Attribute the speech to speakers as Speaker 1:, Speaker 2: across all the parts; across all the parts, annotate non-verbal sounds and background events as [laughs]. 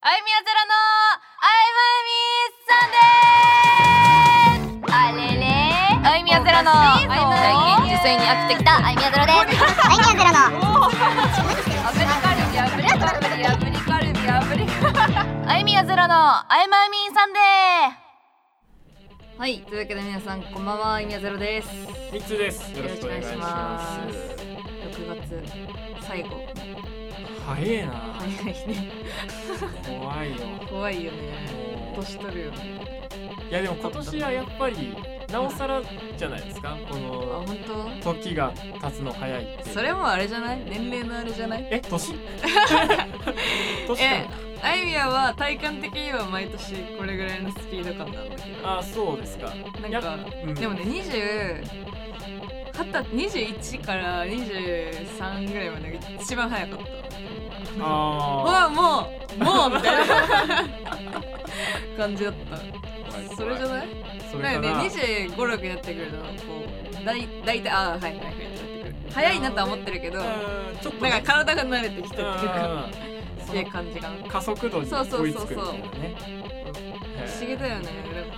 Speaker 1: あゆみやゼロのあいまゆみさんですあれれあゆみやゼロのあいまゆみ実際に飽きてきたあゆみやゼロで
Speaker 2: [laughs]
Speaker 1: す
Speaker 2: アイニャンゼロの
Speaker 1: アブリカルビアブリカルビアブリカルビアブリカルあゆみやゼロのあいまゆみさんではいというわけで皆さんこんばんはあゆみやゼロです
Speaker 3: 三つです。よろしくお願いしま
Speaker 1: よ
Speaker 3: す。
Speaker 1: 6月最後
Speaker 3: 早えな。
Speaker 1: 早いね
Speaker 3: 怖いよ。
Speaker 1: 怖いよね年取るよね
Speaker 3: いやでも今年はやっぱりなおさらじゃないですか。こ
Speaker 1: あ
Speaker 3: の
Speaker 1: 本当
Speaker 3: 時が経つの早いって。
Speaker 1: それもあれじゃない年齢のあれじゃない
Speaker 3: え年？
Speaker 1: [laughs]
Speaker 3: 年
Speaker 1: え
Speaker 3: か。
Speaker 1: あゆみやは体感的には毎年これぐらいのスピード感なんだけど
Speaker 3: あそうですか。
Speaker 1: なんか、
Speaker 3: うん
Speaker 1: でもね20 20 21から23ぐらいまでが一番早かった
Speaker 3: あ
Speaker 1: わあもうもうみたいな
Speaker 3: [laughs]
Speaker 1: 感じだった
Speaker 3: あ。怖い怖い
Speaker 1: それじゃない
Speaker 3: それ
Speaker 1: だ
Speaker 3: か
Speaker 1: よね
Speaker 3: な。
Speaker 1: 2 5 6になってくるとこうだい大体ああはいはいはいってなってくる早いなとは思ってるけどなん
Speaker 3: うんちょっとね
Speaker 1: か体が慣れてきたっていうか
Speaker 3: うん
Speaker 1: っていう感じが
Speaker 3: その加速度に追いつくみたいな
Speaker 1: そうそう
Speaker 3: ね。へえ
Speaker 1: 不思議だよね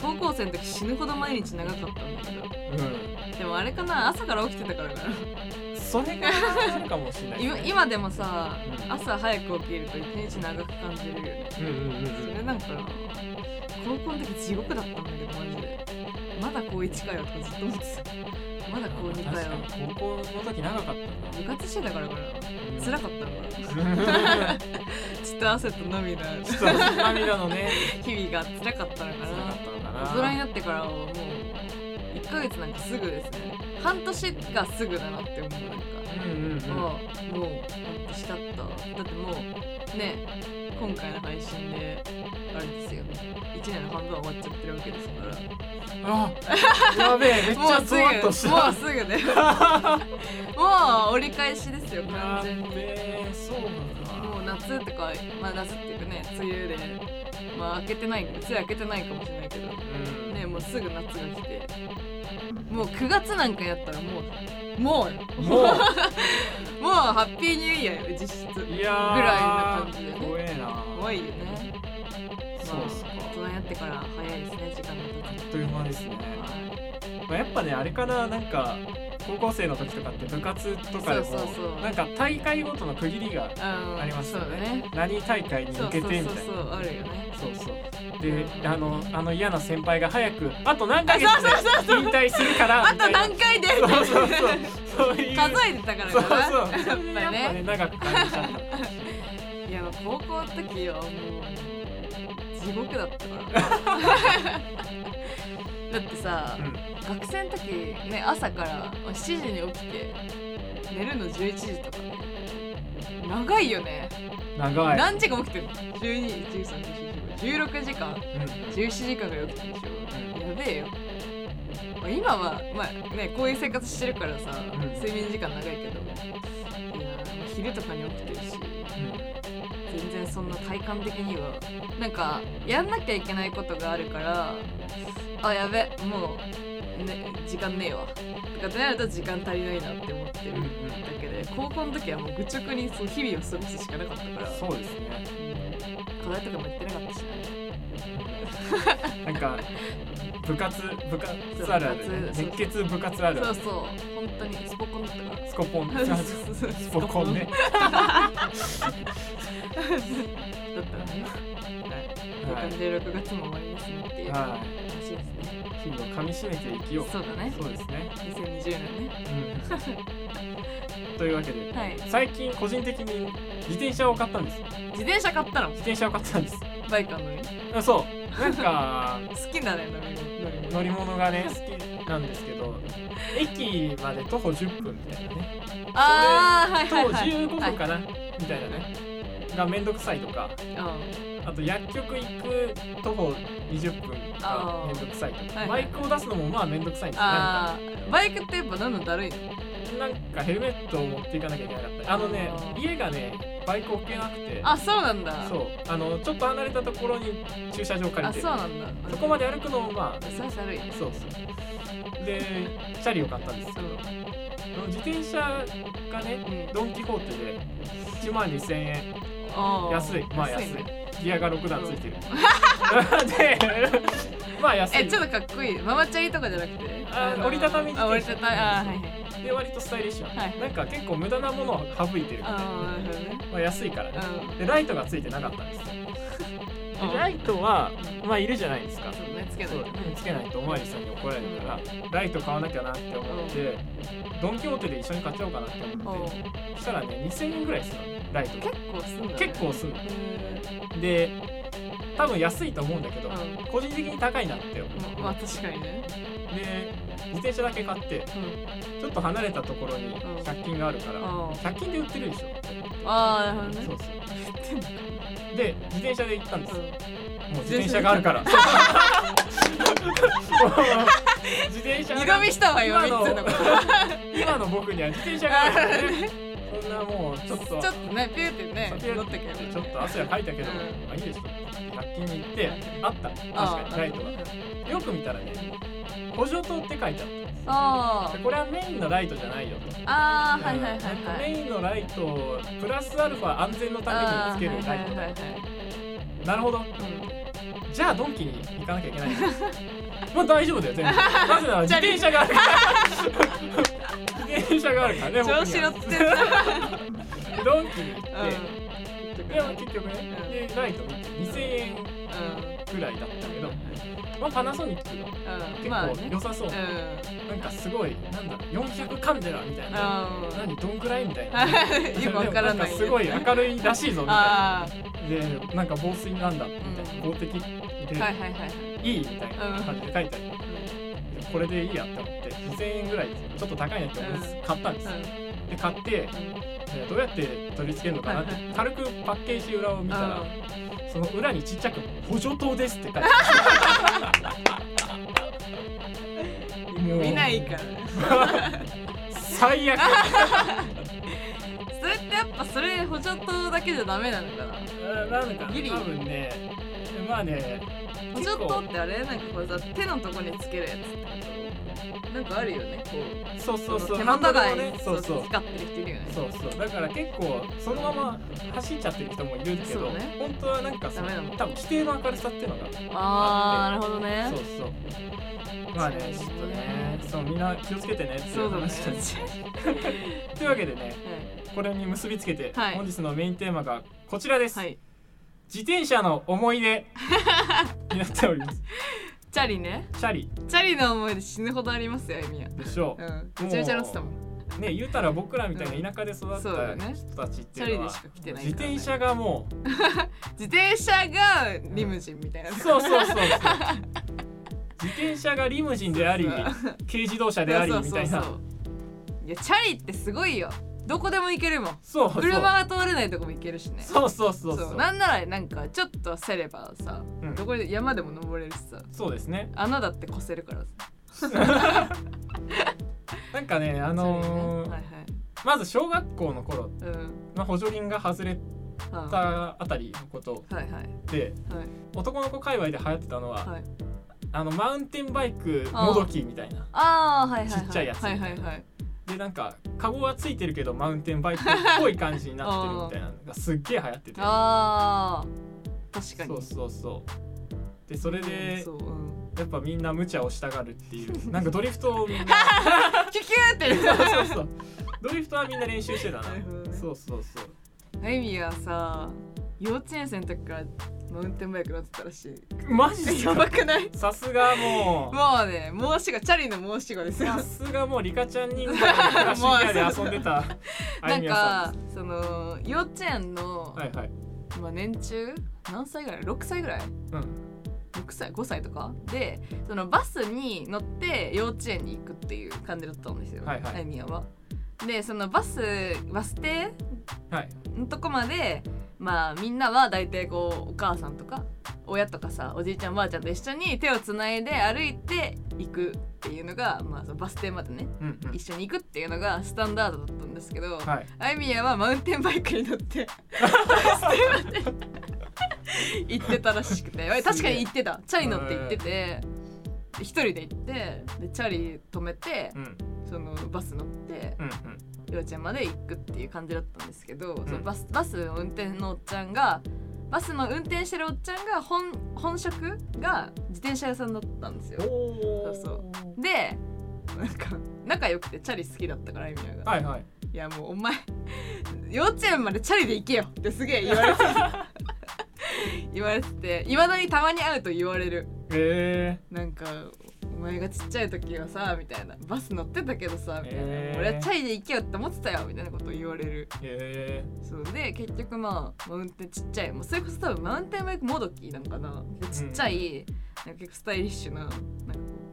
Speaker 1: 高校生の時死ぬほど毎日長かったんだけどでもあれかな朝から起きてたからかな
Speaker 3: うん。それがあるかもしれないです
Speaker 1: 今
Speaker 3: ね。
Speaker 1: 今でもさ
Speaker 3: うん
Speaker 1: 朝早く起きると一日長く感じるよね
Speaker 3: うんうんうんうん
Speaker 1: それなんかな高校の時地獄だったんだけどマジでまだ高1かよとかずっと思ってたまだ高2かよ
Speaker 3: 確かに高校の時長かった
Speaker 1: 部活してたからかな
Speaker 3: な
Speaker 1: 辛
Speaker 3: く
Speaker 1: かったのかな
Speaker 3: ち
Speaker 1: ちょっと汗と涙
Speaker 3: ょっと涙のね
Speaker 1: 日々が辛かったのか
Speaker 3: 辛か
Speaker 1: な
Speaker 3: ったのかな
Speaker 1: 大人になってからはもう1ヶ月なんかすぐですね半年がすぐだなって思うなんか
Speaker 3: うんうんうん
Speaker 1: はもう半年経っただってもうね今回の配信であれですよ1年の半分は終わっちゃってるわけですから
Speaker 3: あやべえめっち
Speaker 1: も
Speaker 3: ゃ
Speaker 1: う
Speaker 3: ゾワッとし
Speaker 1: すぐもう
Speaker 3: た
Speaker 1: すぐねもう折り返しですよ完全に
Speaker 3: やべえそうなん
Speaker 1: もう夏とかまあ夏っていうかね梅雨でまあ明けてない梅雨明けてないかもしれないけど
Speaker 3: だ
Speaker 1: ねもうすぐ夏が来てもう9月なんかやったらもうもう
Speaker 3: も
Speaker 1: [laughs] もうハッピーニューイヤーよ実質
Speaker 3: ういやー
Speaker 1: ぐらいな感じでね
Speaker 3: 怖えな
Speaker 1: 怖いよね
Speaker 3: そうっすか
Speaker 1: 大人になってから早いですね時間が
Speaker 3: あ
Speaker 1: 経
Speaker 3: っという間ですね
Speaker 1: つのは
Speaker 3: まあやっぱねあれかななんか高校生の時とかって部活とかでも
Speaker 1: そうそうそう
Speaker 3: なんか大会ごとの区切りが
Speaker 1: あ
Speaker 3: ありますよ
Speaker 1: そうだね
Speaker 3: 何大会に
Speaker 1: そ
Speaker 3: 向
Speaker 1: うそ
Speaker 3: け
Speaker 1: う
Speaker 3: て
Speaker 1: そ
Speaker 3: み
Speaker 1: う
Speaker 3: たい
Speaker 1: そ
Speaker 3: な
Speaker 1: うあるよね
Speaker 3: そうそうであのあの嫌な先輩が早くあと何ヶ月で引退するから
Speaker 1: あ
Speaker 3: みた
Speaker 1: と
Speaker 3: いな
Speaker 1: 何回で
Speaker 3: そうそうそうそうい
Speaker 1: [laughs]
Speaker 3: う
Speaker 1: 数えてたから
Speaker 3: そう
Speaker 1: かな
Speaker 3: そう
Speaker 1: [laughs] やっぱね
Speaker 3: やっぱね長く感じちゃった
Speaker 1: いや高校の時はもう地獄だった
Speaker 3: [laughs]
Speaker 1: からだってさ、
Speaker 3: うん
Speaker 1: 学生の時ね朝からまあ7時に起きて寝るの11時とかね長いよね、
Speaker 3: 長い
Speaker 1: 何時間起きてるの ?12 時13 14 16時間17時間ぐらい起きてるでしょやべえよ、まあ、今はまあねこういう生活してるからさ、
Speaker 3: うん
Speaker 1: 睡眠時間長いけどいや昼とかに起きてるし全然そんな体感的にはなんかやんなきゃいけないことがあるからあやべもう、ね、時間ねえわとかってなると時間足りないなって思ってる
Speaker 3: うんうんうん
Speaker 1: だけで高校の時はもう愚直にそう日々を過ごすしかなかったから
Speaker 3: そう [laughs] ですね
Speaker 1: 課題とかもやってなかったしね
Speaker 3: なんか部活部活あるあるね
Speaker 1: そう部活そう
Speaker 3: 熱血部活あるあ
Speaker 1: そう
Speaker 3: る
Speaker 1: そう本当にスポコンだったから
Speaker 3: スコポンス
Speaker 1: [laughs] ス
Speaker 3: ポコンね
Speaker 1: だったらねはいという
Speaker 3: は
Speaker 1: 感じ
Speaker 3: い
Speaker 1: で6月も終わりですねっていう話
Speaker 3: は
Speaker 1: ですね
Speaker 3: い日々を噛み締めて生きよう
Speaker 1: そうだね
Speaker 3: そうですね
Speaker 1: 2020年ね
Speaker 3: [laughs] というわけで
Speaker 1: はい
Speaker 3: 最近個人的に自転車を買ったんです自
Speaker 1: 自転車買ったの
Speaker 3: 転車を買ったんです
Speaker 1: バイクの乗り
Speaker 3: あそうなんか
Speaker 1: 好きだね乗り物乗り物
Speaker 3: 乗り物がね好きなんですけど駅まで徒歩10分みたいなね
Speaker 1: ああはい
Speaker 3: 徒
Speaker 1: はい
Speaker 3: 歩
Speaker 1: はい
Speaker 3: 15分
Speaker 1: はい
Speaker 3: かなみたいなねがめんどくさいとかあと薬局行く徒歩20分がめんどくさいと
Speaker 1: あ
Speaker 3: か
Speaker 1: ー
Speaker 3: バイクを出すのもまあめんどくさいんですよなんか
Speaker 1: あーバイクってやっぱどんどんだるいの
Speaker 3: なんかヘルメットを持っていかなきゃいけなかったあのね
Speaker 1: あー
Speaker 3: 家がねバイク置けなくて
Speaker 1: あそうなんだ
Speaker 3: そうあのちょっと離れたところに駐車場借
Speaker 1: あ
Speaker 3: りて
Speaker 1: そう
Speaker 3: る
Speaker 1: なんだ
Speaker 3: そこまで歩くのもまあ
Speaker 1: それはだるいね
Speaker 3: そうそうでチャリを買ったんですけどその自転車がね
Speaker 1: うん
Speaker 3: ドン・キホーテで1万2000円
Speaker 1: あー
Speaker 3: 安いまあ安い
Speaker 1: ね
Speaker 3: ギアが6段ついてる [laughs] でまあ安
Speaker 1: え
Speaker 3: い
Speaker 1: ちょっとかっこいいママチャリとかじゃなくて
Speaker 3: あ
Speaker 1: の
Speaker 3: 折りたたみ自転車
Speaker 1: あ折りたたみあーはいはい
Speaker 3: で割とスタイリッシュなの、
Speaker 1: はい
Speaker 3: なんか結構無駄なものを省いてるみたい
Speaker 1: あー
Speaker 3: な
Speaker 1: なるほどね
Speaker 3: まあ、安いからね
Speaker 1: うん
Speaker 3: でライトがついてなかったんですよ
Speaker 1: うん
Speaker 3: でライトはまあいるじゃないですか
Speaker 1: そうねつけない
Speaker 3: そうつけないとおまわりさんに怒られるからライト買わなきゃなって思ってドン・キホーテで一緒に買っちゃおうかなって思
Speaker 1: お
Speaker 3: っ
Speaker 1: ー
Speaker 3: てそしたらね2000円ぐらいするのライト
Speaker 1: 結
Speaker 3: が
Speaker 1: 構すんだね
Speaker 3: 結構する
Speaker 1: へ
Speaker 3: ので多分安いと思うんだけど
Speaker 1: うん
Speaker 3: 個人的に高いなって思
Speaker 1: ーまあ確かにね
Speaker 3: うで自転車だけ買って
Speaker 1: うん
Speaker 3: ちょっと離れたところに100均があるから
Speaker 1: うん
Speaker 3: 100均で売ってるでしょ
Speaker 1: あーなるほどね
Speaker 3: [laughs] そうそうで自転車で行ったんです
Speaker 1: う
Speaker 3: よ
Speaker 1: ん
Speaker 3: もう自転車がある [laughs] から。自転車が
Speaker 1: 二度見したわよ
Speaker 3: 今の
Speaker 1: 三つのこ
Speaker 3: 今の僕には自転車があるから [laughs] ね。そんなもうちょっと。
Speaker 1: ちょっとねピューってね
Speaker 3: 先
Speaker 1: 乗ったけどね
Speaker 3: ちょっと汗はかいたけど、
Speaker 1: うん
Speaker 3: まあいいでしょ100均に行ってあった確
Speaker 1: あ
Speaker 3: か
Speaker 1: ー
Speaker 3: にライトがよく見たらね補助灯って書いてあっ
Speaker 1: あ
Speaker 3: たこれはメインのライトじゃないよと
Speaker 1: ーあーはいはいはい
Speaker 3: なんか
Speaker 1: はい
Speaker 3: メインのライトをプラスアルファ安全のためにつけるライ
Speaker 1: あーは
Speaker 3: トだ、
Speaker 1: いはいはい
Speaker 3: なるほど
Speaker 1: はい
Speaker 3: じゃあドンキに行かなきゃいけないんだ
Speaker 1: [laughs]
Speaker 3: まあ大丈夫だよ全然なぜなら自転車があるから自転車があるからね
Speaker 1: うん調子乗
Speaker 3: の
Speaker 1: ってる
Speaker 3: ドンキに行って、
Speaker 1: うん
Speaker 3: でも結局ね
Speaker 1: うん
Speaker 3: でライト見て2000円ぐらいだったけどまあパナソニックの
Speaker 1: うんうんまあ
Speaker 3: 結構
Speaker 1: ね
Speaker 3: 良さそう、なんかすごいなんだろう400カンデラみたいな
Speaker 1: う
Speaker 3: 何どんぐらいみたい
Speaker 1: [laughs]
Speaker 3: な
Speaker 1: んうんよくわからない
Speaker 3: でもんかすごい明るいらしいぞみた
Speaker 1: あ
Speaker 3: いなでなんか防水なんだみたいな
Speaker 1: う
Speaker 3: 防滴
Speaker 1: あ
Speaker 3: で、
Speaker 1: はいはいはい
Speaker 3: い、いみたいな感じで書いてあるこれでいいやって思って2000円ぐらいちょっと高いなって思って買ったんですよ、で買ってでどうやって取り付けるのかなって
Speaker 1: はい
Speaker 3: 軽くパッケージ裏を見たら
Speaker 1: う
Speaker 3: その裏にちっちゃく「補助灯です」って書いてあ
Speaker 1: [laughs]
Speaker 3: るも
Speaker 1: ん
Speaker 3: う
Speaker 1: 見ないからね
Speaker 3: 最悪
Speaker 1: それってやっぱそれ補助灯だけじゃダメなのかな
Speaker 3: なんか
Speaker 1: ギリ
Speaker 3: 多分ねまあね
Speaker 1: 補
Speaker 3: 結
Speaker 1: 助
Speaker 3: 構
Speaker 1: 灯ってあれなんかこうさ手のとこにつけるやつってなんかあるよねこう
Speaker 3: そうそうそう
Speaker 1: 手元
Speaker 3: ハ
Speaker 1: が
Speaker 3: ンドルをね
Speaker 1: そ
Speaker 3: そう
Speaker 1: う
Speaker 3: そう
Speaker 1: 使ってる人いるよね
Speaker 3: そうそうだから結構そのまま走っちゃってる人もいるけ
Speaker 1: そ
Speaker 3: ど、
Speaker 1: うね
Speaker 3: 本当はなんかその
Speaker 1: ダメなの
Speaker 3: 多分規定の明るさっていうのが
Speaker 1: ああなるほどね
Speaker 3: そうそうまあねちょっとねそうみんな気をつけてねっていう
Speaker 1: そうだね
Speaker 3: 話だねというわけでねこれに結びつけて、
Speaker 1: はい
Speaker 3: 本日のメインテーマがこちらです、
Speaker 1: はい
Speaker 3: 自転車の思い出になっております
Speaker 1: チャリね
Speaker 3: チャリ
Speaker 1: チャリの思い出死ぬほどありますよエミヤ
Speaker 3: でしょ
Speaker 1: うんめちゃめちゃ乗ってたもん
Speaker 3: うね言うたら僕らみたいな田舎で育っ
Speaker 1: そうだよ
Speaker 3: た
Speaker 1: ね
Speaker 3: 人たちって
Speaker 1: チャ
Speaker 3: いう
Speaker 1: リ
Speaker 3: の
Speaker 1: で
Speaker 3: は
Speaker 1: しか来てない
Speaker 3: 自
Speaker 1: からね
Speaker 3: 転車がも
Speaker 1: 自転車がリムジンみたいな
Speaker 3: うそうそうそうそう自転車がリムジンであり軽自動車でありみたいな
Speaker 1: そうそうそういやチャリってすごいよどこでも行けるもん
Speaker 3: そうそう
Speaker 1: 車が通れないとこも行けるしね
Speaker 3: そうそうそうそう
Speaker 1: なんならなんかちょっとせればさ、
Speaker 3: うん
Speaker 1: どこで山でも登れるしさ
Speaker 3: そうですね
Speaker 1: 穴だって越せるからさ
Speaker 3: なんかねあ
Speaker 1: あ
Speaker 3: のー
Speaker 1: はい
Speaker 3: まず小学校の頃、
Speaker 1: はいうん
Speaker 3: まあ、補助輪が外れ
Speaker 1: はあ
Speaker 3: たあたりのこと
Speaker 1: はいはいはい
Speaker 3: で男の子界隈で流行ってたのは、
Speaker 1: はい
Speaker 3: あのマウンテンバイクもどきみたいな
Speaker 1: ああはいはいはい
Speaker 3: ちっちゃいやつ
Speaker 1: はいはいはい
Speaker 3: でなんかカゴはついてるけどマウンテンバイクっぽい感じになってるみたいなのがすっげえ流行ってて
Speaker 1: ああ確かに
Speaker 3: そうそうそうでそれ
Speaker 1: うん
Speaker 3: で
Speaker 1: そう、
Speaker 3: [laughs]
Speaker 1: うん、
Speaker 3: やっぱみんな無茶をしたがるっ
Speaker 1: [laughs]
Speaker 3: ていうなんかドリフトをみんな
Speaker 1: キュキューって
Speaker 3: そうそうそうドリフトはみんな練習してたな
Speaker 1: なるほどね
Speaker 3: そうそうそう
Speaker 1: [laughs] エミはさ幼稚園生の時からマウンテンバイク乗ってたら
Speaker 3: [laughs]
Speaker 1: し
Speaker 3: マジで
Speaker 1: いやばくない
Speaker 3: さすがもう
Speaker 1: もうね申し子チャリの申し子ですよ
Speaker 3: さすがもうリカちゃん人
Speaker 1: [laughs]
Speaker 3: 形の渋谷で遊んでたあ
Speaker 1: ないん
Speaker 3: みや
Speaker 1: か
Speaker 3: さ
Speaker 1: その幼稚園の、
Speaker 3: ん。はいはい。
Speaker 1: まあ、年中何歳ぐらい6歳ぐらい
Speaker 3: うん。
Speaker 1: 6歳5歳とかでそのバスに乗って幼稚園に行くっていう感じだったんですよ、
Speaker 3: はいはい
Speaker 1: あみやは。でそのバスバス停
Speaker 3: はい。
Speaker 1: のとこまでまあみんなは大体こうお母さんとか親とかさおじいちゃんおばあちゃんと一緒に手をつないで歩いて行くっていうのが、まあ、そのバス停までね
Speaker 3: うんうん。
Speaker 1: 一緒に行くっていうのがスタンダードだったんですけど、
Speaker 3: はい。
Speaker 1: あいみやはマウンテンバイクに乗って
Speaker 3: [laughs]
Speaker 1: 行ってたらしくて確かに行ってたチャリ乗って行ってて一人で行ってでチャリ止めて
Speaker 3: うん
Speaker 1: そのバス乗って
Speaker 3: うん
Speaker 1: 幼稚園まで行くっていう感じだったんですけど、
Speaker 3: ん
Speaker 1: そのバスバスの運転のおっちゃんがバスの運転してるおっちゃんが本本職が自転車屋さんだったんですよ
Speaker 3: お
Speaker 1: そ
Speaker 3: お
Speaker 1: うそうでなんか仲良くてチャリ好きだったからエミヤが、
Speaker 3: はいはい
Speaker 1: いやもうお前 [laughs] 幼稚園までチャリで行けよってすげえ言
Speaker 3: [laughs]
Speaker 1: われて言われてていまだにたまに会うと言われる
Speaker 3: え
Speaker 1: なんかお前がちっちゃい時はさみたいなバス乗ってたけどさみたいな、
Speaker 3: えー
Speaker 1: 俺はチャリで行けよって思ってたよみたいなことを言われる
Speaker 3: ー、え
Speaker 1: そうで結局まあマウンテンちっちゃいもうそれこそ多分マウンテンバイクもどきなのかなでちっちゃい、なんか結構スタイリッシュななんかこ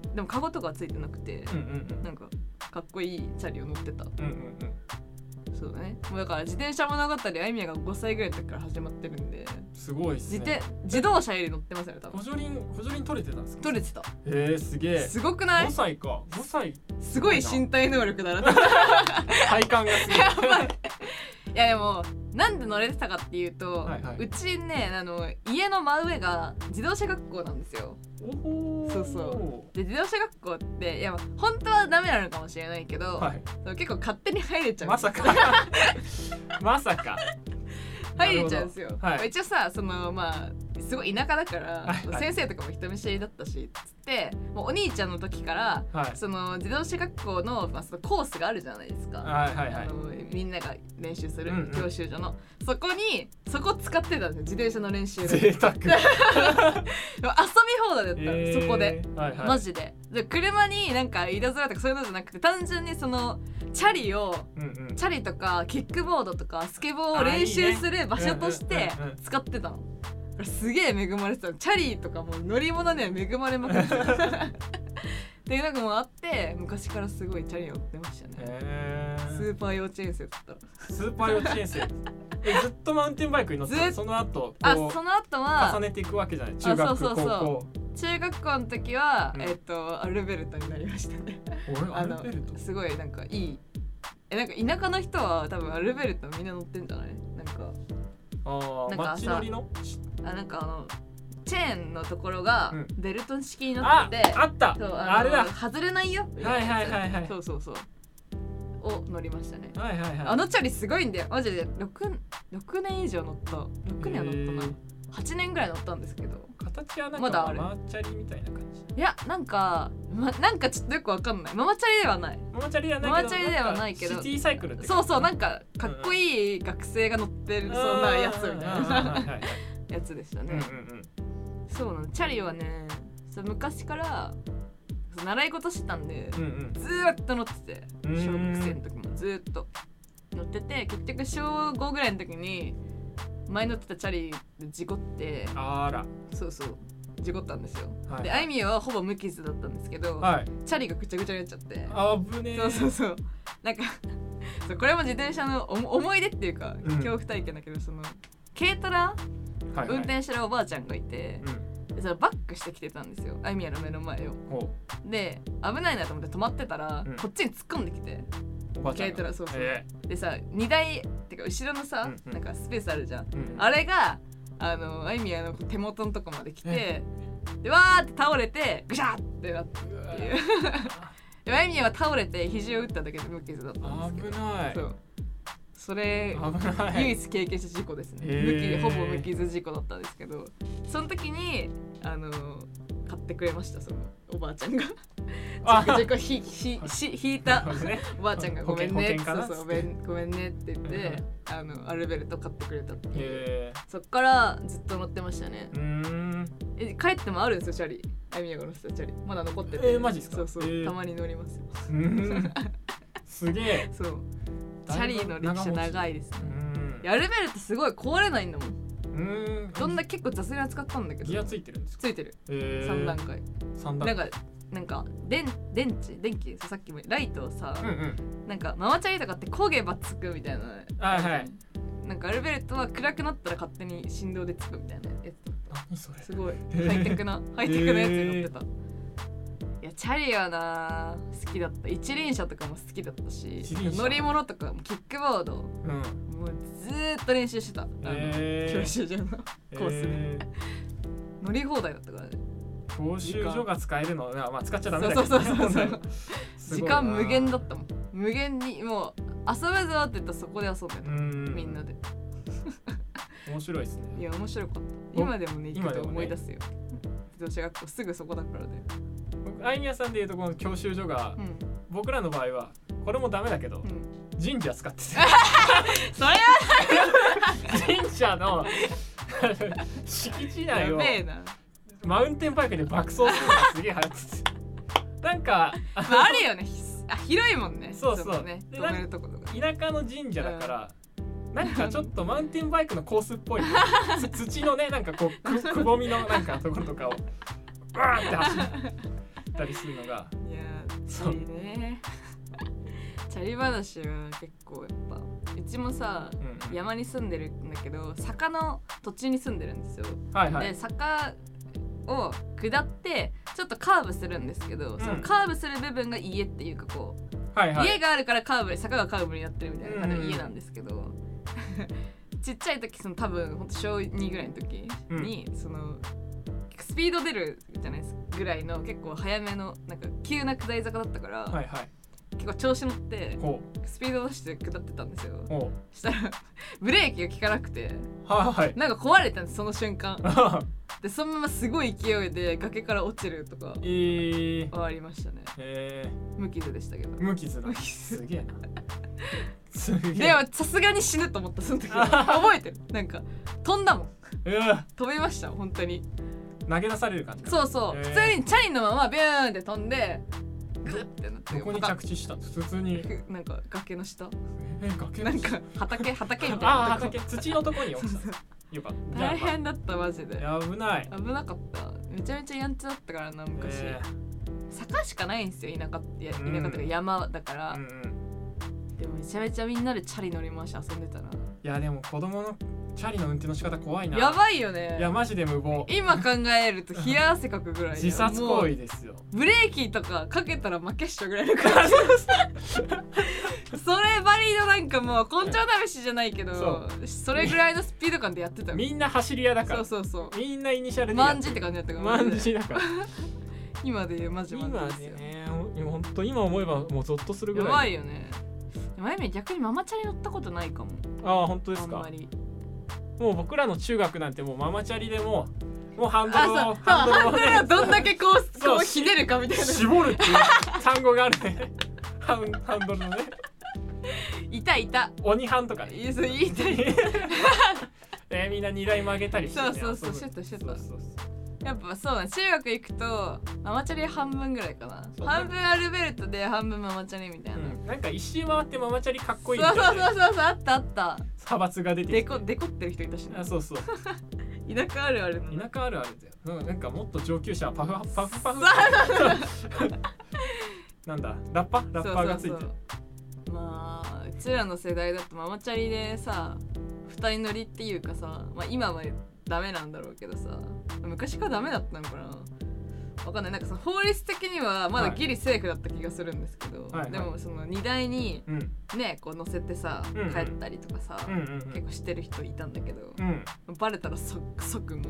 Speaker 1: うでもカゴとかはついてなくて
Speaker 3: ー、うんうんうん
Speaker 1: なんかかっこいいチャリを乗ってた
Speaker 3: うんうんうん
Speaker 1: そうだねもうだから自転車物語あいみやが5歳ぐらいの時から始まってるんです
Speaker 3: ごいっす
Speaker 1: 自転
Speaker 3: ね
Speaker 1: 自動車より乗ってますよね多
Speaker 3: 補
Speaker 1: 分
Speaker 3: 助輪補助輪取れてたんですか
Speaker 1: 取れてた
Speaker 3: えー、すげえ
Speaker 1: すごくない
Speaker 3: 5歳か5歳
Speaker 1: すごい身体能力
Speaker 3: [laughs]
Speaker 1: だな
Speaker 3: 体感が
Speaker 1: [laughs]
Speaker 3: すげえ
Speaker 1: いやでもなんで乗れてたかっていうと、
Speaker 3: はいはいう
Speaker 1: ちねあの家の真上が自動車学校なんですよ
Speaker 3: おお
Speaker 1: そうそで自動車学校っていやまあ本当はダメなのかもしれないけど、
Speaker 3: はい
Speaker 1: その結構勝手に入れちゃう
Speaker 3: まさか
Speaker 1: [laughs]
Speaker 3: まさか
Speaker 1: 入れちゃうんですよ、
Speaker 3: なるほどはい
Speaker 1: まあ一応さそのまあすごい田舎だから、
Speaker 3: はいは
Speaker 1: 先
Speaker 3: い
Speaker 1: 生とかも人見知りだったしつってもうお兄ちゃんの時から
Speaker 3: はい
Speaker 1: その自動車学校の,、まあそのコースがあるじゃないですか、
Speaker 3: はいはいはい
Speaker 1: あのみんなが練習する
Speaker 3: うんうん
Speaker 1: 教習所の、そこにそこ使ってたんですよ自転車の
Speaker 3: [laughs]
Speaker 1: 練習でで
Speaker 3: 贅沢
Speaker 1: も遊び放題だったの、
Speaker 3: えー
Speaker 1: そこで。
Speaker 3: はいは
Speaker 1: マ
Speaker 3: い
Speaker 1: ジでで車になんかいたずらとかそういうのじゃなくて単純にそのチャリを
Speaker 3: うんうん
Speaker 1: チャリとかキックボードとかスケボーを練習する場所として
Speaker 3: うんうんうんうん
Speaker 1: 使ってたの。すげえ恵まれてたのチャリとかもう乗り物には恵まれまく
Speaker 3: [laughs]
Speaker 1: ってたっていうのもあって昔からすごいチャリ乗ってましたね、
Speaker 3: えー、
Speaker 1: スーパー幼稚園生だったら
Speaker 3: スーパー幼稚園生えずっとマウンテンバイクに乗って
Speaker 1: ず
Speaker 3: た
Speaker 1: っ
Speaker 3: その後
Speaker 1: あ
Speaker 3: こ
Speaker 1: その後
Speaker 3: う重
Speaker 1: は
Speaker 3: ねていくわけじゃない中学
Speaker 1: そうそうそう
Speaker 3: 高校
Speaker 1: 中学校の時は、
Speaker 3: うん
Speaker 1: えっとアルベルトになりましたね
Speaker 3: 俺
Speaker 1: あ
Speaker 3: ア
Speaker 1: の
Speaker 3: ルベルト
Speaker 1: すごいなんかいいえなんか田舎の人は多分アルベルトみんな乗ってんじゃないなんか
Speaker 3: あ
Speaker 1: な
Speaker 3: あ
Speaker 1: んか
Speaker 3: 街乗りの
Speaker 1: あなんかあのチェーンのところが
Speaker 3: うん
Speaker 1: ベルト式にな
Speaker 3: あ
Speaker 1: ってて、
Speaker 3: あった
Speaker 1: そう
Speaker 3: あ
Speaker 1: の
Speaker 3: れだ
Speaker 1: 外れないよ
Speaker 3: はいはいはいはい
Speaker 1: そうそうそうを乗りましたね
Speaker 3: はいはいはい
Speaker 1: あのチャリすごいんだよマジで 6, 六年以上乗った6年は乗った
Speaker 3: え
Speaker 1: な8年ぐらい乗ったんですけど
Speaker 3: ー形はなんか
Speaker 1: まだある
Speaker 3: マーチャリみたいな感じ
Speaker 1: いやなんか、ま、なんかちょっとよくわかんないママチャリではない
Speaker 3: マーチャリではないけど
Speaker 1: ママチャリではないけど
Speaker 3: んかシティサイクルって
Speaker 1: そうそうなんんかかっこいい学生が乗ってる、そんなやつみたい
Speaker 3: は
Speaker 1: な
Speaker 3: いはいはい
Speaker 1: [laughs] やつでした
Speaker 3: うん
Speaker 1: ね、
Speaker 3: うん
Speaker 1: そうなのチャリはねそう昔からそう習い事してたんで、
Speaker 3: うんうん
Speaker 1: ずーっと乗ってて
Speaker 3: うーん
Speaker 1: 小学生の時もずーっと乗ってて結局小5ぐらいの時に前乗ってたチャリで事故って
Speaker 3: あら
Speaker 1: そうそう事故ったんですよ、
Speaker 3: はい
Speaker 1: であいみょんはほぼ無傷だったんですけど、
Speaker 3: はい
Speaker 1: チャリがぐちゃぐちゃになっちゃって
Speaker 3: あぶねえ
Speaker 1: そうそうそうなんか [laughs] そうこれも自転車の思思い出っていうか
Speaker 3: うん
Speaker 1: 恐怖体験だけど、その軽トラ
Speaker 3: はいはい
Speaker 1: 運転してるおばあちゃんがいて、
Speaker 3: うん
Speaker 1: でそれバックしてきてたんですよあいみやの目の前を
Speaker 3: お
Speaker 1: で危ないなと思って止まってたら、
Speaker 3: うん
Speaker 1: こっちに突っ込んできて
Speaker 3: おばあちゃん
Speaker 1: 軽トラそうそう
Speaker 3: え
Speaker 1: でさ荷台ってか後ろのさ、
Speaker 3: うんうん
Speaker 1: なんかスペースあるじゃん
Speaker 3: えうん
Speaker 1: あれがあのあいみやの手元のとこまで来て
Speaker 3: え
Speaker 1: でわーって倒れてぐしゃーってなった
Speaker 3: うわ
Speaker 1: って
Speaker 3: [laughs]
Speaker 1: いうであいみやは倒れて肘を打っただけで無傷だったんですけど
Speaker 3: 危ない
Speaker 1: そうそれ
Speaker 3: 危ない
Speaker 1: 唯一経験した事故ですね、
Speaker 3: へー
Speaker 1: 無傷ほぼ無傷事故だったんですけどその時にあの買ってくれましたそのおばあちゃんが
Speaker 3: あ
Speaker 1: 事故ひひひ引いた [laughs]
Speaker 3: 危ね
Speaker 1: おばあちゃんが「ごめんね」
Speaker 3: 保険保険か
Speaker 1: そう
Speaker 3: な
Speaker 1: そうごめんごめんねって言っ
Speaker 3: うんう
Speaker 1: て
Speaker 3: ん
Speaker 1: あのアルベルト買ってくれたっていう
Speaker 3: へえ
Speaker 1: そっからずっと乗ってましたね
Speaker 3: うーん
Speaker 1: え帰ってもあるんですよチャリあみやが乗ってたチャリまだ残ってて
Speaker 3: えーマジっすか
Speaker 1: そうそう、
Speaker 3: えー
Speaker 1: たまに乗りますよ
Speaker 3: うー
Speaker 1: [laughs]
Speaker 3: んすげえ
Speaker 1: そうチャリの歴史長いですね
Speaker 3: うーん
Speaker 1: いやアルベルトすごい壊れないんだもん
Speaker 3: うーん
Speaker 1: どんな結構雑に扱ったんだけど
Speaker 3: ギアついてるんですか
Speaker 1: ついてる
Speaker 3: え
Speaker 1: 3段階、
Speaker 3: 三
Speaker 1: な
Speaker 3: 段
Speaker 1: んかなんか電電池電気ささっきもライトをさ、
Speaker 3: うんうん
Speaker 1: なんかママチャリとかって焦げばつくみたいな
Speaker 3: はいはい
Speaker 1: なんかアルベルトは暗くなったら勝手に振動でつくみたいなやつ
Speaker 3: 何それ
Speaker 1: すごい
Speaker 3: ー
Speaker 1: ハイテクなハイテクなやつに乗ってた、いやチャリはな好きだった一輪車とかも好きだったし
Speaker 3: 一輪車
Speaker 1: 乗り物とかもキックボードも
Speaker 3: うん
Speaker 1: うずーっと練習してた、あの
Speaker 3: えー
Speaker 1: 教習所のコースで
Speaker 3: え
Speaker 1: 乗り放題だったからね
Speaker 3: ー教習所が使えるのはまあ使っちゃダメだけ
Speaker 1: そ
Speaker 3: ど
Speaker 1: うそうそうそう
Speaker 3: ね [laughs] す
Speaker 1: 時
Speaker 3: ごいな
Speaker 1: 間無限だったもん無限にもう遊ぶぞって言ったらそこで遊んで
Speaker 3: う
Speaker 1: た、
Speaker 3: ん
Speaker 1: みんなで
Speaker 3: え面白いですね
Speaker 1: いや面白かった今でもね行くと思い出すよ自動車学校すぐそこだからね
Speaker 3: 僕あいみやさんでいうとこの教習所が、
Speaker 1: うん
Speaker 3: 僕らの場合はこれもダメだけど、
Speaker 1: うん
Speaker 3: 神社使って
Speaker 1: それは [laughs]
Speaker 3: て神社のあの敷地内
Speaker 1: や
Speaker 3: を
Speaker 1: べえな、
Speaker 3: マウンテンバイクで爆走するのがすげえ流行っててなんかあ
Speaker 1: まあ、ある
Speaker 3: [laughs]
Speaker 1: よねひあ広いもんね
Speaker 3: そうそう
Speaker 1: のね
Speaker 3: で
Speaker 1: 止めるとことか
Speaker 3: 田舎の神社だから、なんかちょっとマウンテンバイクのコースっぽいつ [laughs] 土のねなんかこうくくぼみのなんかところとかをわーって走ったりするのが
Speaker 1: いやーチ
Speaker 3: そう
Speaker 1: ャリね [laughs] チャリ話は結構やっぱうちもさ
Speaker 3: うんうん
Speaker 1: 山に住んでるんだけど坂の途中に住んでるんですよ、
Speaker 3: はいはい
Speaker 1: で坂を下ってちょっとカーブするんですけど、
Speaker 3: ん
Speaker 1: そのカーブする部分が家っていうかこう、
Speaker 3: はいはい
Speaker 1: 家があるからカーブ坂がカーブになってるみたいな感じ
Speaker 3: うんう
Speaker 1: の
Speaker 3: ん
Speaker 1: 家なんですけど、 [laughs] ちっちゃい時その多分ほんと小2ぐらいの時に、そのスピード出るじゃないですかぐらいの結構早めのなんか急な下り坂だったから、
Speaker 3: はいはい
Speaker 1: 結構調子乗って
Speaker 3: ほ
Speaker 1: スピード出して下ってたんですよ
Speaker 3: うほ
Speaker 1: したらブレーキが効かなくて
Speaker 3: うはいはい
Speaker 1: なんか壊れたんですその瞬間
Speaker 3: あ
Speaker 1: でそのまますごい勢いで崖から落ちるとか
Speaker 3: ー [laughs] えー、
Speaker 1: はありましたね
Speaker 3: え
Speaker 1: 無傷でしたけど
Speaker 3: ー、無傷だ
Speaker 1: 無傷
Speaker 3: すげえなすげえ
Speaker 1: でもさすがに死ぬと思ったその時覚えてるなんか飛んだもん
Speaker 3: うわ
Speaker 1: 飛びました本当に
Speaker 3: 投げ出される感じ
Speaker 1: そうそう、
Speaker 3: へー
Speaker 1: 普通にチャリのままビューンって飛んでグッてなって
Speaker 3: どこに
Speaker 1: パカッ
Speaker 3: 着地したの普通に
Speaker 1: なんか崖の下
Speaker 3: え崖
Speaker 1: なんか畑畑みたいな
Speaker 3: あー
Speaker 1: とこ
Speaker 3: 畑土のとこに落ち
Speaker 1: そう
Speaker 3: たよかった
Speaker 1: 大変だったマジで
Speaker 3: やばい危ない
Speaker 1: 危なかっためちゃめちゃやんちゃだったからな昔、
Speaker 3: え
Speaker 1: 坂しかないんですよ田舎って田舎って
Speaker 3: うん
Speaker 1: いうか山だか
Speaker 3: ー
Speaker 1: ら
Speaker 3: うん、うん
Speaker 1: でもめちゃめちゃみんなでチャリ乗り回して遊んでたない
Speaker 3: やでも子供のチャリの運転の仕方怖いな
Speaker 1: やばいよね
Speaker 3: いやマジで無謀
Speaker 1: 今考えると冷や汗かくぐらいよ
Speaker 3: 自殺行
Speaker 1: もう
Speaker 3: 為ですよ
Speaker 1: ブレーキとかかけたら負けっしょぐらいの感じそればりのなんかもう根性試しじゃないけどそれぐらいのスピード感でやってたよ
Speaker 3: みんな走り屋だか
Speaker 1: そう
Speaker 3: ら
Speaker 1: そうそう
Speaker 3: みんなイニシャルでや
Speaker 1: マ
Speaker 3: っ
Speaker 1: ンジって感じだったから
Speaker 3: マンジだから
Speaker 1: 今で言うマジマンジ
Speaker 3: 今
Speaker 1: です
Speaker 3: で
Speaker 1: よ、
Speaker 3: ね本当今思えばもうゾッとするぐ
Speaker 1: や
Speaker 3: らい
Speaker 1: ばいよねでもあゆみ逆にママチャリ乗ったことないかも
Speaker 3: ああ本当です
Speaker 1: あん
Speaker 3: か
Speaker 1: まり
Speaker 3: もう僕らの中学なんてもうママチャリでもうもうハンド
Speaker 1: あ
Speaker 3: ル
Speaker 1: そう
Speaker 3: を
Speaker 1: ハンド
Speaker 3: を
Speaker 1: [laughs]
Speaker 3: ね
Speaker 1: ルをどんだけこう
Speaker 3: そう
Speaker 1: こうひねるかみたいな
Speaker 3: 絞るっていう単語があるねハンハンドルのね
Speaker 1: いたいた
Speaker 3: 鬼ハンとかね
Speaker 1: いやそう言いたい
Speaker 3: えーみんな荷台曲げたりして、ね、
Speaker 1: そうそうそうシュッ
Speaker 3: 遊ぶ
Speaker 1: とシュッと
Speaker 3: そうそうそう
Speaker 1: やっぱそうだ中学行くとママチャリ半分ぐらいかな
Speaker 3: そう
Speaker 1: 半分アルベルトで半分ママチャリみたいな、
Speaker 3: うんなんか一周回ってママチャリかっこいいみ
Speaker 1: そ
Speaker 3: た
Speaker 1: う
Speaker 3: いな
Speaker 1: そうそうそうそうあったあった
Speaker 3: 派閥が出て
Speaker 1: デ
Speaker 3: き
Speaker 1: コデコってる人いたしな
Speaker 3: あそうそう
Speaker 1: 田舎あるあるな
Speaker 3: 田舎あるあるだよなんかなんかもっと上級者はパフパフ
Speaker 1: [laughs]
Speaker 3: パフなんだラッパラッパーがついて
Speaker 1: そうそうそうまあうちらの世代だとママチャリでさ二人乗りっていうかさ、まあ、今はダメなんだろうけどさ昔からダメだったのかなわかんないなんかその法律的にはまだギリセーフだった気がするんですけど、
Speaker 3: はいはい
Speaker 1: でもその荷台に
Speaker 3: うん
Speaker 1: ねこう乗せてさ
Speaker 3: うんうん
Speaker 1: 帰ったりとかさ、
Speaker 3: うんうん
Speaker 1: 結構してる人いたんだけど、
Speaker 3: うんうん
Speaker 1: バレたら即即もう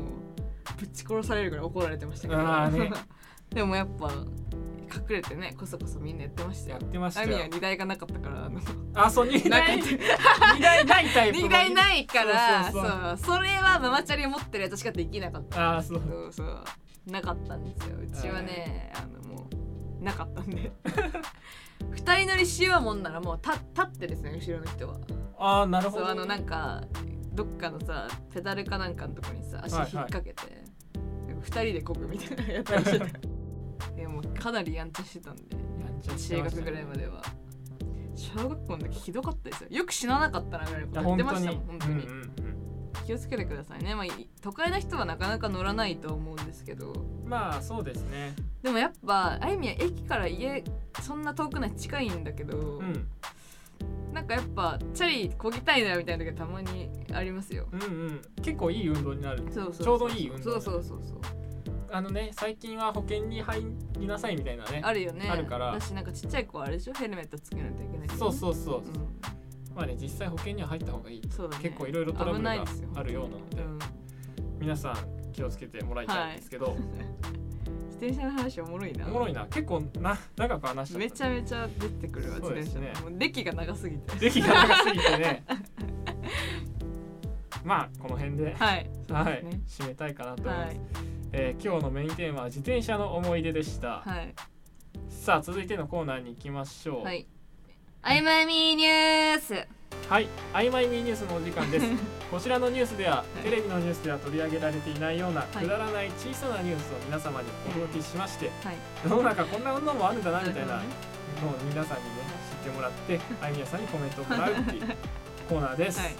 Speaker 1: ぶち殺されるぐらい怒られてましたけ
Speaker 3: あー
Speaker 1: ど、
Speaker 3: ね
Speaker 1: [laughs] でもやっぱ隠れてねこそこそみんなやってました
Speaker 3: や
Speaker 1: よ
Speaker 3: ってまし
Speaker 1: ア
Speaker 3: た
Speaker 1: ミ
Speaker 3: よ
Speaker 1: は荷台がなかったからあの
Speaker 3: あそう荷台
Speaker 1: な
Speaker 3: 荷台ないタイプの
Speaker 1: 荷台ないから
Speaker 3: そ
Speaker 1: そうう
Speaker 3: そう
Speaker 1: そ
Speaker 3: そう
Speaker 1: れはママチャリ持ってるやつしかできなかった
Speaker 3: あそう
Speaker 1: そうそうなかったんですようちはねあのもうなかったんで二人乗りしようもんならもう立立ってですね後ろの人は
Speaker 3: あーなるほ
Speaker 1: そ
Speaker 3: ど
Speaker 1: うあのなんかどっかのさペダルかなんかのとこにさ足引っ掛けて、なんか二人でこぐみたいなのやったりしてたいやもうかなりやんちゃしてたんで
Speaker 3: やんちゃして
Speaker 1: 中
Speaker 3: ました
Speaker 1: 学
Speaker 3: ね
Speaker 1: ぐらいまでは小学校の時ひどかったですよよく死ななかったなぐらいのことやってましたもん本当に
Speaker 3: うんうん
Speaker 1: 気をつけてくださいねまあい都会の人はなかなか乗らないと思うんですけど
Speaker 3: うんまあそうですね
Speaker 1: でもやっぱあゆみは駅から家そんな遠くない近いんだけど、
Speaker 3: うん
Speaker 1: なんかやっぱチャリこぎたいなみたいな時はたまにありますよ
Speaker 3: うんうん結構いい運動になる
Speaker 1: そうそう
Speaker 3: ちょうどいい運動
Speaker 1: そうそうそうそう
Speaker 3: あのね最近は保険に入りなさいみたいなね
Speaker 1: あるよね
Speaker 3: あるから
Speaker 1: だしなんかちっちゃい子はあれでしょヘルメットつけないといけない
Speaker 3: そう
Speaker 1: う、
Speaker 3: そうそう、
Speaker 1: う
Speaker 3: まあね実際保険には入った方がいい、
Speaker 1: ん、そうだね
Speaker 3: 結構いろいろトラブル
Speaker 1: 危ない
Speaker 3: が
Speaker 1: ですよ
Speaker 3: あるようなので
Speaker 1: うん
Speaker 3: 皆さん気をつけてもらいたいんですけど、
Speaker 1: 自転車の話おもろいな
Speaker 3: おもろいな結構な長く話しちゃった
Speaker 1: めちゃめちゃ出てくるわ
Speaker 3: そう
Speaker 1: 自転車
Speaker 3: ですね
Speaker 1: [laughs] もう歴が長すぎて
Speaker 3: 歴が長すぎてねまあこの辺で、
Speaker 1: はい
Speaker 3: は
Speaker 1: そう
Speaker 3: い
Speaker 1: で
Speaker 3: 締めたいかなと
Speaker 1: すね
Speaker 3: 思います、えー今日のメインテーマは自転車の思い出でした、
Speaker 1: はい
Speaker 3: さあ続いてのコーナーに行きましょ
Speaker 1: は
Speaker 3: う
Speaker 1: いはいあいまいみーニュース
Speaker 3: はい、あいまいみニュースのお時間です
Speaker 1: [laughs]
Speaker 3: こちらのニュースでは、
Speaker 1: い
Speaker 3: テレビのニュースでは取り上げられていないような、
Speaker 1: はい
Speaker 3: くだらない小さなニュースを皆様にお届けし
Speaker 1: [laughs]
Speaker 3: まして
Speaker 1: はい
Speaker 3: 世の中こんなのもあるんだなみたい
Speaker 1: る
Speaker 3: なのを皆さんにね知ってもらってあいみやさんにコメントをもらうっていうコーナーです、
Speaker 1: はい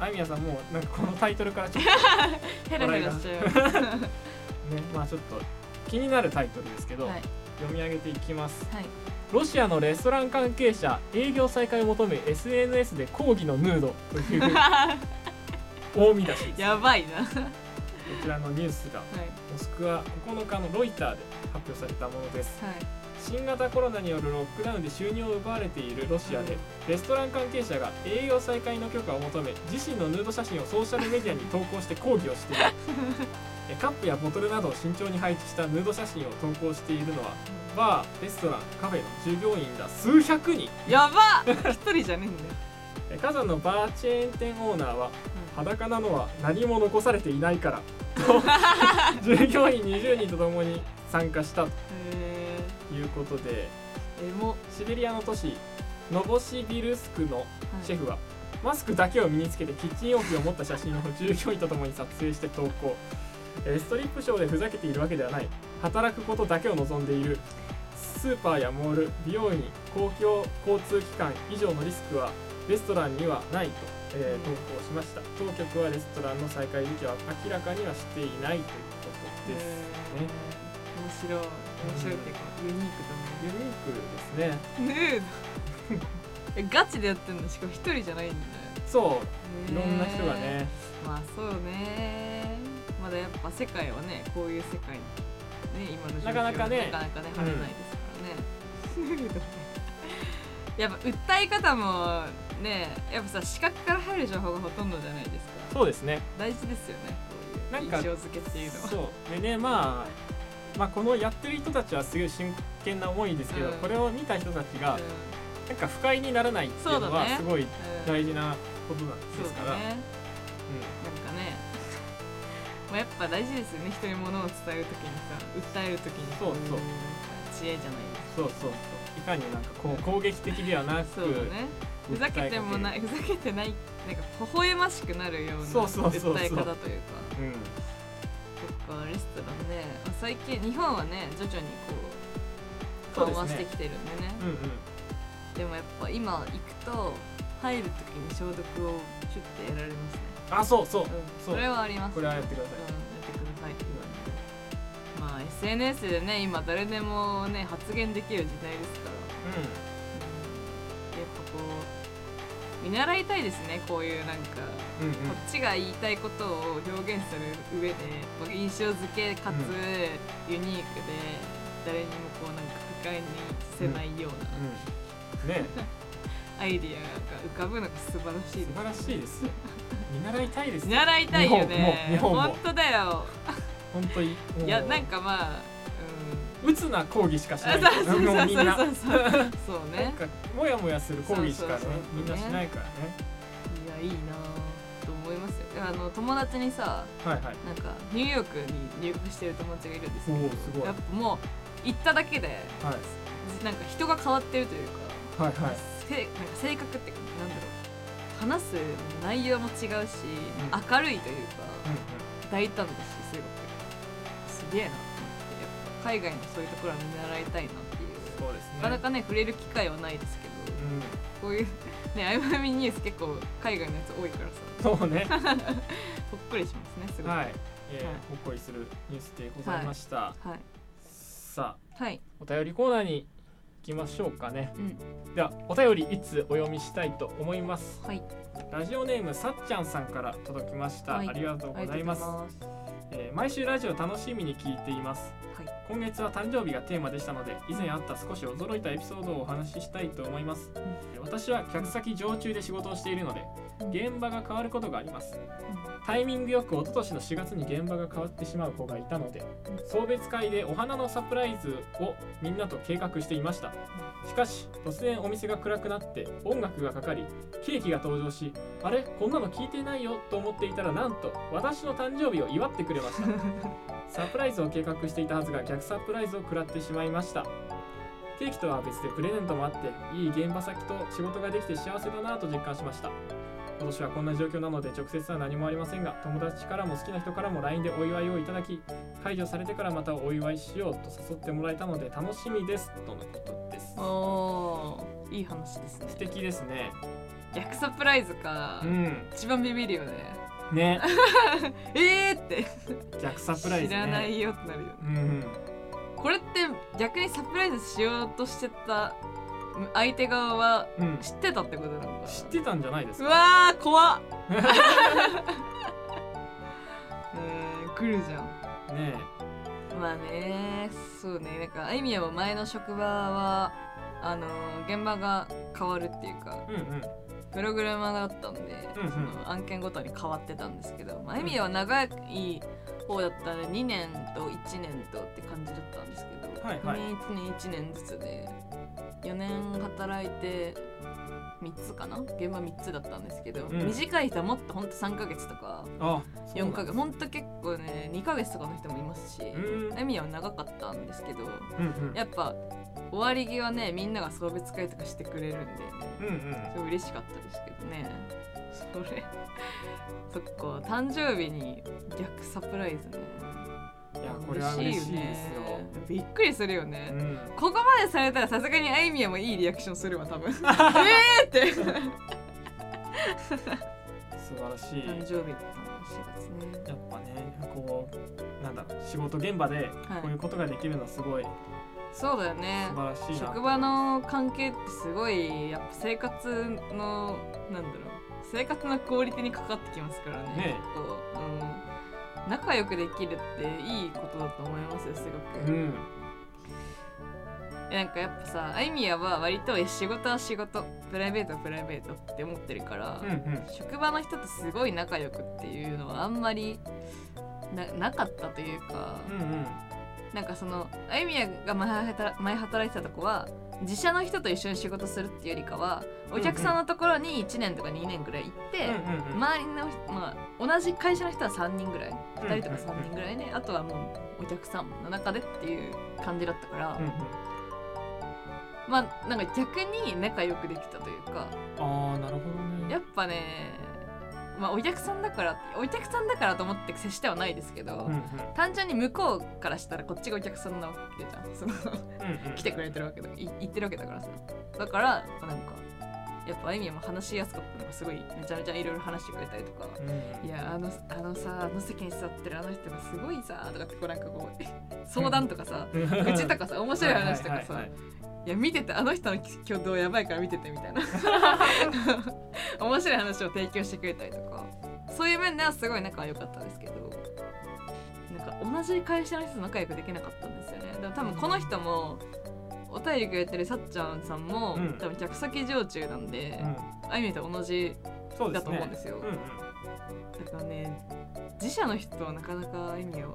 Speaker 3: あいみやさんもうなんかこのタイトルからちょっと
Speaker 1: ほどねヘラヘラしちゃう [laughs]
Speaker 3: ねまあちょっと気になるタイトルですけど、
Speaker 1: はい
Speaker 3: 読み上げていきます
Speaker 1: はい
Speaker 3: ロシアのレストラン関係者営業再開を求め SNS で抗議のヌ
Speaker 1: [laughs]
Speaker 3: ードという大見出しです
Speaker 1: やばいなは
Speaker 3: こちらのニュースが
Speaker 1: い
Speaker 3: モスクワ9日のロイターで発表されたものです
Speaker 1: はい
Speaker 3: 新型コロナによるロックダウンで収入を奪われているロシアでレストラン関係者が営業再開の許可を求め自身のヌード写真をソーシャルメディアに投稿して抗議をして
Speaker 1: [laughs]
Speaker 3: いるえカップやボトルなどを慎重に配置したヌード写真を投稿しているのはバーレストランカフェの従業員ら数百人
Speaker 1: やば一人じゃねえんだよ
Speaker 3: え火山のバーチェーン店オーナーは裸なのは何も残されていないからと従業員20人と共に参加したと
Speaker 1: へ
Speaker 3: いうことで
Speaker 1: えエモ
Speaker 3: シベリアの都市ノボシビルスクのシェフは、マスクだけを身につけてキッチン容器を持った写真を従業員と共に撮影して投稿えーストリップショーでふざけているわけではない働くことだけを望んでいるスーパーやモール美容院公共交通機関以上のリスクはレストランにはないと、えー投稿しました当局はレストランの再開時期は明らかにはしていないということです、
Speaker 1: す面白い面白いっていうかユニーク
Speaker 3: ユニー
Speaker 1: だねヌー
Speaker 3: クですね
Speaker 1: ドガチでやってんだしかも一人じゃないんだよ
Speaker 3: そういろんな人がね、
Speaker 1: へえまあそうねまだやっぱ世界はねこういう世界ね今の状況
Speaker 3: なかなかね
Speaker 1: [laughs] なかなかね晴れないですからね、ヌードねやっぱ訴え方もね [laughs] やっぱさ視覚から入る情報がほとんどじゃないですか
Speaker 3: そうですね
Speaker 1: 大事ですよねこう
Speaker 3: ないん
Speaker 1: う
Speaker 3: か
Speaker 1: 印象付けっていうのは
Speaker 3: そうでねまあまあこのやってる人たちはすごい真剣な思いですけど、
Speaker 1: うん
Speaker 3: これを見た人たち
Speaker 1: う
Speaker 3: が
Speaker 1: ん
Speaker 3: なんか不快にならないっていうの
Speaker 1: そうだ
Speaker 3: は
Speaker 1: ね
Speaker 3: すごい
Speaker 1: うん
Speaker 3: 大事なことなん
Speaker 1: そ
Speaker 3: です
Speaker 1: う
Speaker 3: から
Speaker 1: だねなんかねまあやっぱ大事ですよね人に物を伝えるときにさ訴えるときに
Speaker 3: そうそう
Speaker 1: 知恵じゃないです
Speaker 3: そう,、そうそういかになんかこう攻撃的ではなく、
Speaker 1: そうだねふざけてもないいふざけてないなんか微笑ましくなるような
Speaker 3: そうそうそうそう
Speaker 1: 訴え方というか
Speaker 3: うん、
Speaker 1: そっかレストランねまあ最近日本はね徐々に
Speaker 3: そ
Speaker 1: こう
Speaker 3: う
Speaker 1: 緩
Speaker 3: です
Speaker 1: 和
Speaker 3: ね
Speaker 1: してきてるんでね
Speaker 3: うんうん
Speaker 1: でもやっぱ今行くと入るときに消毒をシュッてやられますね
Speaker 3: あそうそう
Speaker 1: うん
Speaker 3: そう
Speaker 1: それはあります
Speaker 3: これはやってくださ
Speaker 1: うん、やってくださいって言われてまあ SNS でね今誰でもね発言できる時代ですから、
Speaker 3: い、
Speaker 1: やっぱこう見習いたいですねこういうなんか、
Speaker 3: うん、うん
Speaker 1: こっちが言いたいことを表現する上で僕印象付けかつ、
Speaker 3: うん
Speaker 1: ユニークで誰にもこうなんか不快にさせないような
Speaker 3: うん
Speaker 1: [laughs]
Speaker 3: うんね
Speaker 1: アイディアが浮かぶのが素晴らしい
Speaker 3: 素
Speaker 1: です
Speaker 3: 晴らしいですよ見習いたいです
Speaker 1: 見習いたいよね
Speaker 3: 日本も日本も
Speaker 1: 本当だよ
Speaker 3: 本当にもう
Speaker 1: いやなんかまあうん
Speaker 3: 鬱な抗議しかし
Speaker 1: そうそうそうそうそうそう
Speaker 3: ないからもうみんな
Speaker 1: そう
Speaker 3: なん
Speaker 1: ね
Speaker 3: かモヤモヤする抗議しかね
Speaker 1: そうそうそう
Speaker 3: みんなしないからね
Speaker 1: いやいいなぁと思いますよあの友達にさ
Speaker 3: はいはい
Speaker 1: なんかニューヨークに留学してる友達がいるんですけ
Speaker 3: お
Speaker 1: ど
Speaker 3: おすごい
Speaker 1: や
Speaker 3: は
Speaker 1: っぱもう行っただけで
Speaker 3: い
Speaker 1: なんか人が変わってるというか,、
Speaker 3: はいはい
Speaker 1: せなんか性格っていうかなんだろう話す内容も違うし、
Speaker 3: う
Speaker 1: 明るいというか
Speaker 3: うん
Speaker 1: 大胆だしすごくすげえなと思ってやっぱ海外のそういうところは見習いたいなっていう
Speaker 3: うんそうですね
Speaker 1: なかなかね触れる機会はないですけど
Speaker 3: うん
Speaker 1: こういうねあいまみニュース結構海外のやつ多いからさ
Speaker 3: そう
Speaker 1: [laughs]
Speaker 3: ね
Speaker 1: ほっこりしますねすごい
Speaker 3: はいえー
Speaker 1: はい
Speaker 3: ほっこりするニュースでございました
Speaker 1: はい
Speaker 3: さあ
Speaker 1: はい
Speaker 3: お便りコーナーに行きましょうかね
Speaker 1: うん
Speaker 3: ではお便り一通お読みしたいと思います
Speaker 1: はい
Speaker 3: ラジオネームさっちゃんさんから届きました
Speaker 1: はい
Speaker 3: ありがとう
Speaker 1: あ
Speaker 3: ご
Speaker 1: りがと
Speaker 3: ざいうま
Speaker 1: ご
Speaker 3: す
Speaker 1: ざいます
Speaker 3: えー毎週ラジオ楽しみに聞いています
Speaker 1: はい
Speaker 3: 今月は誕生日がテーマでしたので以前あった少し驚いたエピソードをお話ししたいと思います、
Speaker 1: ん
Speaker 3: えー私は客先常駐で仕事をしているので
Speaker 1: うん
Speaker 3: 現場が変わることがあります
Speaker 1: う
Speaker 3: タイミングよく一昨年の4月に現場が変わってしまう子がいたので送別会でお花のサプライズをみんなと計画していましたしかし突然お店が暗くなって音楽がかかりケーキが登場しあれこんなの聞いてないよと思っていたらなんと私の誕生日を祝ってくれましたサプライズを計画していたはずが逆サプライズを食らってしまいましたケーキとは別でプレゼントもあっていい現場先と仕事ができて幸せだなと実感しました今年はこんな状況なので直接は何もありませんが友達からも好きな人からも LINE でお祝いをいただき解除されてからまたお祝いしようと誘ってもらえたので楽しみですとのことです
Speaker 1: んおーいい話ですね
Speaker 3: 素敵ですね
Speaker 1: 逆サプライズか
Speaker 3: うん
Speaker 1: 一番ビビるよね
Speaker 3: ね
Speaker 1: えーって
Speaker 3: 逆サプライズ
Speaker 1: 知
Speaker 3: ね
Speaker 1: らないよってなるよね
Speaker 3: うんうん
Speaker 1: これって逆にサプライズしようとしてた相手側は
Speaker 3: うん
Speaker 1: 知ってたってことなのかな
Speaker 3: 知ってたんじゃないです
Speaker 1: う
Speaker 3: か
Speaker 1: わー怖 [laughs] っえー、来るじゃん
Speaker 3: ね
Speaker 1: まあねそうねなんかあいみやも前の職場はあのー現場が変わるっていうか
Speaker 3: えうんうん
Speaker 1: プログラマーだったんで、
Speaker 3: うんうん
Speaker 1: その案件ごとに変わってたんですけど、まあ、あいみやは長い方だったら2年と1年とって感じだったんですけど、
Speaker 3: はいはい
Speaker 1: 2年1年1年ずつで4年働いて3つかな現場3つだったんですけど、
Speaker 3: うん
Speaker 1: 短い人はもっとほんと3ヶ月とか
Speaker 3: あ
Speaker 1: 4ヶ月ほんと結構ね2ヶ月とかの人もいますし、
Speaker 3: うんうん
Speaker 1: あいみやは長かったんですけど
Speaker 3: うん
Speaker 1: やっぱ終わり際ねみんなが送別会とかしてくれるんで。
Speaker 3: うんうん
Speaker 1: すごい嬉しかったですけどねそれそっか誕生日に逆サプライズね
Speaker 3: いやこれは嬉しいですよ
Speaker 1: ねびっくりするよね
Speaker 3: う、ん
Speaker 1: ここまでされたらさすがにあいみやもいいリアクションするわ多
Speaker 3: [laughs]
Speaker 1: 分えーって誕
Speaker 3: 素晴らし
Speaker 1: 生日だった
Speaker 3: い
Speaker 1: の4月ね
Speaker 3: やっぱねこうなんだ仕事現場で
Speaker 1: はい
Speaker 3: こういうことができるのはすごい
Speaker 1: そうだよね
Speaker 3: 素晴らしいな
Speaker 1: 職場の関係ってすごいやっぱ生活のなんだろう生活のクオリティにかかってきますからね
Speaker 3: ね
Speaker 1: こう、うん、仲良くできるっていいことだと思いますよすご
Speaker 3: う
Speaker 1: く、
Speaker 3: ん
Speaker 1: なんかやっぱさあいみやは割と仕事は仕事プライベートはプライベートって思ってるから、
Speaker 3: うんうん
Speaker 1: 職場の人とすごい仲良くっていうのはあんまりななかったというか、
Speaker 3: うんうん
Speaker 1: なんかそのあゆみやが前働前働いてたとこは自社の人と一緒に仕事するっていうよりかはお客さんのところに1年とか2年ぐらい行って、
Speaker 3: うんうんうん
Speaker 1: 周りの人、まあ、同じ会社の人は3人ぐらい
Speaker 3: うんうん
Speaker 1: 2人とか3人ぐらいね、あとはもうお客さんの中でっていう感じだったから、
Speaker 3: うんうん
Speaker 1: まあなんか逆に仲良くできたというか
Speaker 3: ああなるほどね
Speaker 1: やっぱねまあお客さんだからお客さんだからと思って接してはないですけど、
Speaker 3: うんうん
Speaker 1: 単純に向こうからしたらこっちがお客さんなわけじゃんそ [laughs] の
Speaker 3: うんうん
Speaker 1: 来てくれてるわけだい言ってるわけだからさだからなんかやっぱあいみも話しやすかったのがすごいめちゃめちゃいろいろ話してくれたりとか
Speaker 3: うんうん
Speaker 1: 「いやあのあのさあの席に座ってるあの人がすごいさ」とかってこうなんかこう [laughs] 相談とかさ愚痴とかさ面白い話とかさ「
Speaker 3: はいい
Speaker 1: や見ててあの人の挙動やばいから見てて」み
Speaker 3: [laughs]
Speaker 1: たいな面白い話を提供してくれたりとかそういう面ではすごい仲良かったですけど。なんか同じ会社の人と仲良くできなかったんですよねでも多分この人もお便りくれてるさっちゃんさんも、
Speaker 3: うん
Speaker 1: 多分客先常駐なんで
Speaker 3: はい、はい
Speaker 1: あいみと同じ
Speaker 3: うんそう
Speaker 1: だ
Speaker 3: です
Speaker 1: と思うん
Speaker 3: ね
Speaker 1: ですよ
Speaker 3: うんうん
Speaker 1: だからね自社の人はなかなかあいみは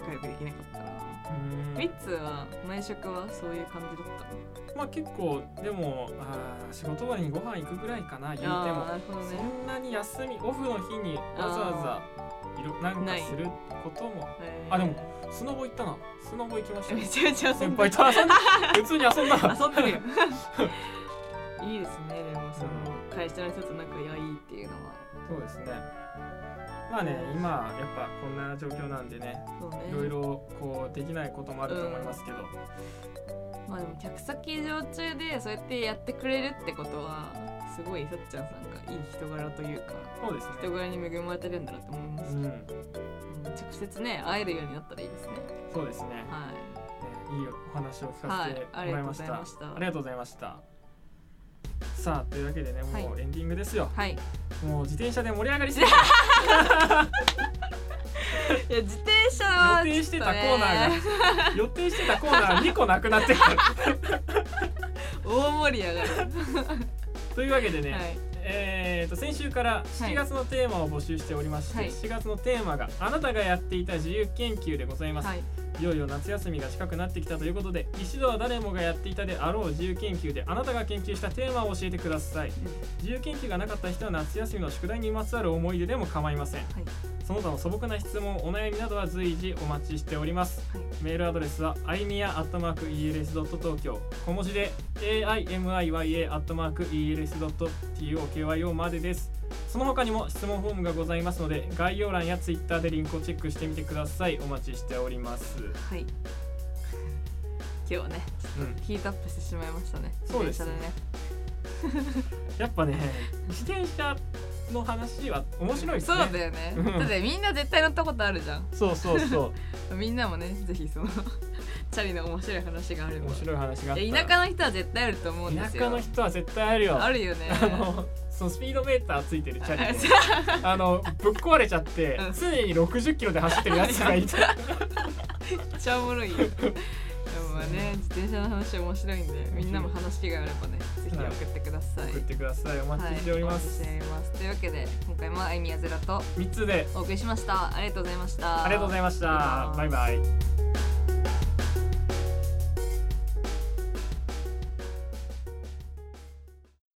Speaker 1: 仲良くできなかったな
Speaker 3: うん
Speaker 1: ミッツーは前職はそういう感じだった
Speaker 3: まあ結構でもあー仕事終わりにご飯行くぐらいかな言うて
Speaker 1: あー
Speaker 3: も
Speaker 1: なるほど
Speaker 3: そ
Speaker 1: ね、
Speaker 3: んなに休みオフの日にわざわざいろなんか
Speaker 1: ない
Speaker 3: することも
Speaker 1: え
Speaker 3: あでもスノボ行ったなスノボ行きました
Speaker 1: めちゃめちゃ遊
Speaker 3: 先
Speaker 1: んで
Speaker 3: 輩
Speaker 1: る
Speaker 3: と
Speaker 1: [laughs]
Speaker 3: 遊んだ普通に遊んだ
Speaker 1: 遊んでるよ [laughs] いいですねでもその会社の人と仲がいいっていうのは
Speaker 3: そうですねまあね今やっぱこんな状況なんでね
Speaker 1: そうね
Speaker 3: いろいろこうできないこともあると思いますけど、
Speaker 1: まあでも客先常駐でそうやってやってくれるってことはすごいさっちゃんさんがいい人柄というか
Speaker 3: そうですね
Speaker 1: 人柄に恵まれてるんだなと思います、
Speaker 3: う
Speaker 1: うん
Speaker 3: ん
Speaker 1: 直接ね会えるようになったらいいですね
Speaker 3: そうですね
Speaker 1: はい
Speaker 3: えーいいお話を聞
Speaker 1: は
Speaker 3: かせ
Speaker 1: い
Speaker 3: て
Speaker 1: あ
Speaker 3: も
Speaker 1: り
Speaker 3: ら
Speaker 1: が
Speaker 3: い
Speaker 1: とうござい
Speaker 3: ました、
Speaker 1: ました
Speaker 3: ありがとうございましたさあというわけでねもう
Speaker 1: は
Speaker 3: エンディング [laughs] ですよ、
Speaker 1: はい
Speaker 3: もう自転車で盛り上がりすぎて
Speaker 1: いや自転車は
Speaker 3: 予定してたコーナーが
Speaker 1: ちょっとね
Speaker 3: 予定してたコーナー2個なく
Speaker 1: [laughs]
Speaker 3: なってきた
Speaker 1: 大盛り上がる、
Speaker 3: というわけでね、
Speaker 1: はい
Speaker 3: えー、と先週から7月のテーマを募集しておりまして、
Speaker 1: はい
Speaker 3: 7月のテーマが「あなたがやっていた自由研究」でございます、、
Speaker 1: はいい
Speaker 3: よいよ夏休みが近くなってきたということで一度は誰もがやっていたであろう自由研究であなたが研究したテーマを教えてください、自由研究がなかった人は夏休みの宿題にまつわる思い出でも構いません、その他の素朴な質問お悩みなどは随時お待ちしております
Speaker 1: はい
Speaker 3: メールアドレスは imia.els.tokyo 小文字で aimiya.els.tokyo までですその他にも質問フォームがございますので概要欄や Twitter でリンクをチェックしてみてくださいお待ちしております
Speaker 1: はい今日はね
Speaker 3: うん
Speaker 1: ヒートアップしてしまいましたね
Speaker 3: そうです
Speaker 1: 自転車でね
Speaker 3: やっぱね自転車の話は面白いです
Speaker 1: そう
Speaker 3: ね
Speaker 1: だよね
Speaker 3: [laughs] うん
Speaker 1: だってみんな絶対乗ったことあるじゃん
Speaker 3: そうそうそう
Speaker 1: みんなもねぜひそのチャリの [laughs] 面白い話があれば
Speaker 3: 面白い話があっ
Speaker 1: い
Speaker 3: た
Speaker 1: や田舎の人は絶対あると思うんです
Speaker 3: 田
Speaker 1: よ
Speaker 3: 舎の人は絶対あるよ
Speaker 1: あるよね
Speaker 3: あのそのスピードメーターついてるチャリであのぶっ壊れちゃって、
Speaker 1: うん
Speaker 3: 常に60キロで走ってるやつがいた
Speaker 1: めっちゃおもろいよでもまあね自転車の話面白いんでみんなも話しがあればねぜひ送ってください
Speaker 3: 送ってくださいお待ちしておりま
Speaker 1: はい、お待ちし
Speaker 3: す、
Speaker 1: ておりますというわけで今回もあいみやずらと
Speaker 3: 三つで
Speaker 1: お送りしましたありがとうございました
Speaker 3: ありがとうございましたバイバイ